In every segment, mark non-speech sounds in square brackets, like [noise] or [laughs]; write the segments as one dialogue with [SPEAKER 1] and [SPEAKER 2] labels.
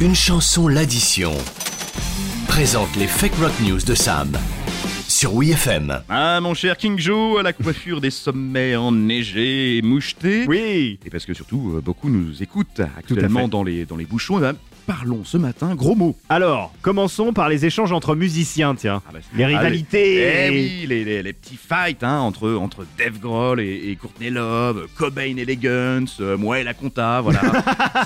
[SPEAKER 1] Une chanson, l'addition. Présente les Fake Rock News de Sam. Sur WeFM.
[SPEAKER 2] Ah, mon cher King Joe, à la coiffure des sommets enneigés et mouchetés.
[SPEAKER 3] Oui
[SPEAKER 2] Et parce que surtout, euh, beaucoup nous écoutent actuellement
[SPEAKER 3] fait.
[SPEAKER 2] dans les, dans les bouchons. Eh ben, parlons ce matin, gros mots.
[SPEAKER 3] Alors, commençons par les échanges entre musiciens, tiens.
[SPEAKER 2] Ah bah, c'est-
[SPEAKER 3] Les
[SPEAKER 2] ah,
[SPEAKER 3] rivalités
[SPEAKER 2] Eh oui, les, les- les petits fights hein, entre, entre Dave Grohl et, et Courtney Love, Cobain et les Guns, euh, moi et la compta, [laughs] voilà.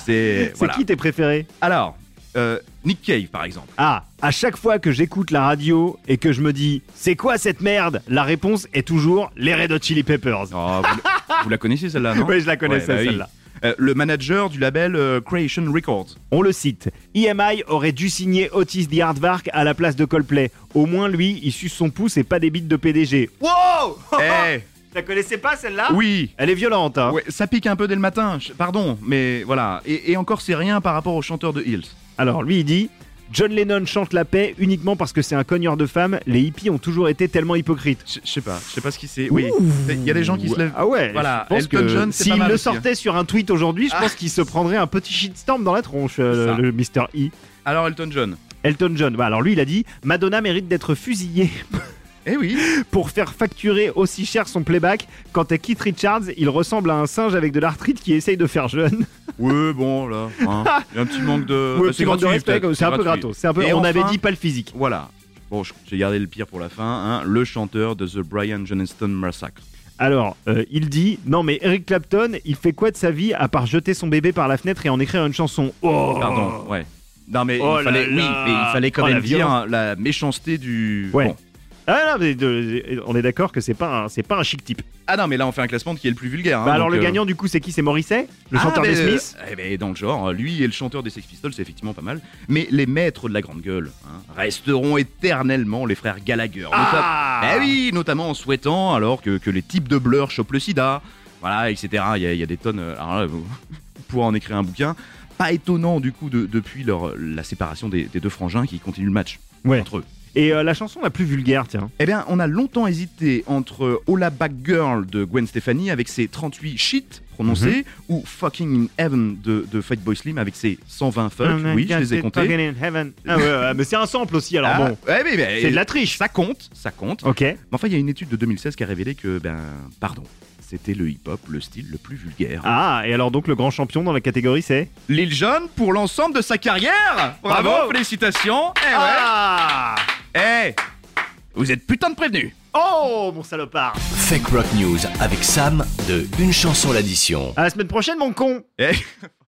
[SPEAKER 2] C'est
[SPEAKER 3] C'est
[SPEAKER 2] voilà.
[SPEAKER 3] qui tes préférés
[SPEAKER 2] Alors, euh, Nick Cave par exemple.
[SPEAKER 3] Ah, à chaque fois que j'écoute la radio et que je me dis « C'est quoi cette merde ?», la réponse est toujours « Les Red Hot Chili Peppers
[SPEAKER 2] Oh, vous, la- vous la connaissez celle-là, non
[SPEAKER 3] Oui, je la connaissais,
[SPEAKER 2] bah oui.
[SPEAKER 3] celle-là.
[SPEAKER 2] Euh, le manager du label euh, Creation Records. ».
[SPEAKER 3] On le cite. EMI aurait dû signer Otis the Hardvark à la place de Coldplay. Au moins, lui, il suce son pouce et pas des bites de PDG. Wow
[SPEAKER 2] Eh,
[SPEAKER 3] La connaissais pas, celle-là
[SPEAKER 2] oui
[SPEAKER 3] Elle est violente, hein
[SPEAKER 2] Ouais, ça pique un peu dès le matin, je- pardon, mais voilà. Et, et encore, c'est rien par rapport au chanteur de Hills.
[SPEAKER 3] Alors lui il dit John Lennon chante la paix uniquement parce que c'est un cogneur de femmes, les hippies ont toujours été tellement hypocrites.
[SPEAKER 2] Je je sais pas, je sais pas ce qui c'est. Oui, il y a des gens qui se lèvent.
[SPEAKER 3] Ah ouais,
[SPEAKER 2] Voilà,
[SPEAKER 3] je pense
[SPEAKER 2] Elton
[SPEAKER 3] que
[SPEAKER 2] John, c'est pas
[SPEAKER 3] s'il
[SPEAKER 2] mal
[SPEAKER 3] le
[SPEAKER 2] aussi, hein. Ah.
[SPEAKER 3] sortait sur un tweet aujourd'hui, je pense qu'il se prendrait un petit shitstorm dans la tronche, euh,
[SPEAKER 2] Ça.
[SPEAKER 3] le Mr. E.
[SPEAKER 2] Alors, Elton John.
[SPEAKER 3] Elton John, bah alors lui il a dit Madonna mérite d'être fusillée [laughs]
[SPEAKER 2] Eh oui,
[SPEAKER 3] pour faire facturer aussi cher son playback. Quant à Keith Richards, il ressemble à un singe avec de l'arthrite qui essaye de faire jeune.
[SPEAKER 2] [laughs] Ouais, bon, là.
[SPEAKER 3] [laughs]
[SPEAKER 2] hein. Il y a un petit manque de. Euh,
[SPEAKER 3] Ouais,
[SPEAKER 2] Bah,
[SPEAKER 3] petit manque de
[SPEAKER 2] gratuit,
[SPEAKER 3] respect,
[SPEAKER 2] peut-être,
[SPEAKER 3] c'est un peu
[SPEAKER 2] gratuit.
[SPEAKER 3] gratos. C'est un peu.
[SPEAKER 2] Et
[SPEAKER 3] on avait
[SPEAKER 2] enfin-
[SPEAKER 3] dit pas le physique.
[SPEAKER 2] Voilà. Bon, je- j'ai gardé le pire pour la fin. hein. Le chanteur de The Brian Johnston Massacre.
[SPEAKER 3] Alors, euh, il dit Non, mais Eric Clapton, il fait quoi de sa vie à part jeter son bébé par la fenêtre et en écrire une chanson Oh
[SPEAKER 2] Pardon, ouais. Non, mais,
[SPEAKER 3] Oh
[SPEAKER 2] il
[SPEAKER 3] là
[SPEAKER 2] fallait, oui,
[SPEAKER 3] là.
[SPEAKER 2] mais il fallait quand
[SPEAKER 3] Oh,
[SPEAKER 2] même
[SPEAKER 3] la
[SPEAKER 2] dire
[SPEAKER 3] violence.
[SPEAKER 2] hein, la méchanceté du.
[SPEAKER 3] Ouais.
[SPEAKER 2] Bon.
[SPEAKER 3] Ah non, mais de- on est d'accord que c'est pas, un- c'est pas un chic type.
[SPEAKER 2] Ah non, mais là, on fait un classement qui est le plus vulgaire. hein,
[SPEAKER 3] Bah alors,
[SPEAKER 2] donc,
[SPEAKER 3] le
[SPEAKER 2] euh,
[SPEAKER 3] gagnant, du coup, c'est qui C'est Morrissey Le
[SPEAKER 2] Ah,
[SPEAKER 3] chanteur
[SPEAKER 2] mais,
[SPEAKER 3] des
[SPEAKER 2] euh,
[SPEAKER 3] Smiths
[SPEAKER 2] eh ben, dans le genre, lui et le chanteur des Sex Pistols, c'est effectivement pas mal. Mais les maîtres de la grande gueule hein, resteront éternellement les frères Gallagher.
[SPEAKER 3] Ah
[SPEAKER 2] Nota- Eh oui, notamment en souhaitant alors que, que les types de Blur chopent le sida, voilà, etc. Il y, a- il y a des tonnes. euh, Alors là, vous, [laughs] vous pourrez en écrire un bouquin. Pas étonnant du coup de- depuis leur, la séparation des, des deux frangins qui continuent le match
[SPEAKER 3] Ouais.
[SPEAKER 2] entre eux.
[SPEAKER 3] Et euh, la chanson la plus vulgaire, tiens.
[SPEAKER 2] Eh bien, on a longtemps hésité entre Ola Back Girl de Gwen Stefani avec ses 38 shit
[SPEAKER 3] Mhm.
[SPEAKER 2] prononcés ou Fucking in Heaven de, de Fatboy Slim avec ses 120 fuck.
[SPEAKER 3] Oh Ah,
[SPEAKER 2] oui, je les ai comptés.
[SPEAKER 3] Fucking in heaven. Ah ouais, ouais, mais c'est un sample aussi, alors bon.
[SPEAKER 2] Ah, ouais, mais- mais-
[SPEAKER 3] C'est de la triche.
[SPEAKER 2] Ça compte, ça compte.
[SPEAKER 3] Ok.
[SPEAKER 2] Mais enfin, il y a une étude de 2016 qui a révélé que, ben, pardon, c'était le hip-hop, le style le plus vulgaire.
[SPEAKER 3] Ah, et alors, donc, le grand champion dans la catégorie, c'est
[SPEAKER 2] Lil Jon pour l'ensemble de sa carrière Bravo,
[SPEAKER 3] Bravo.
[SPEAKER 2] félicitations Eh ouais.
[SPEAKER 3] Ah
[SPEAKER 2] Eh, Vous êtes putain de prévenus
[SPEAKER 3] Oh, mon salopard
[SPEAKER 1] Fake Rock News avec Sam de Une chanson, l'addition.
[SPEAKER 3] À la semaine prochaine, mon con
[SPEAKER 2] Eh.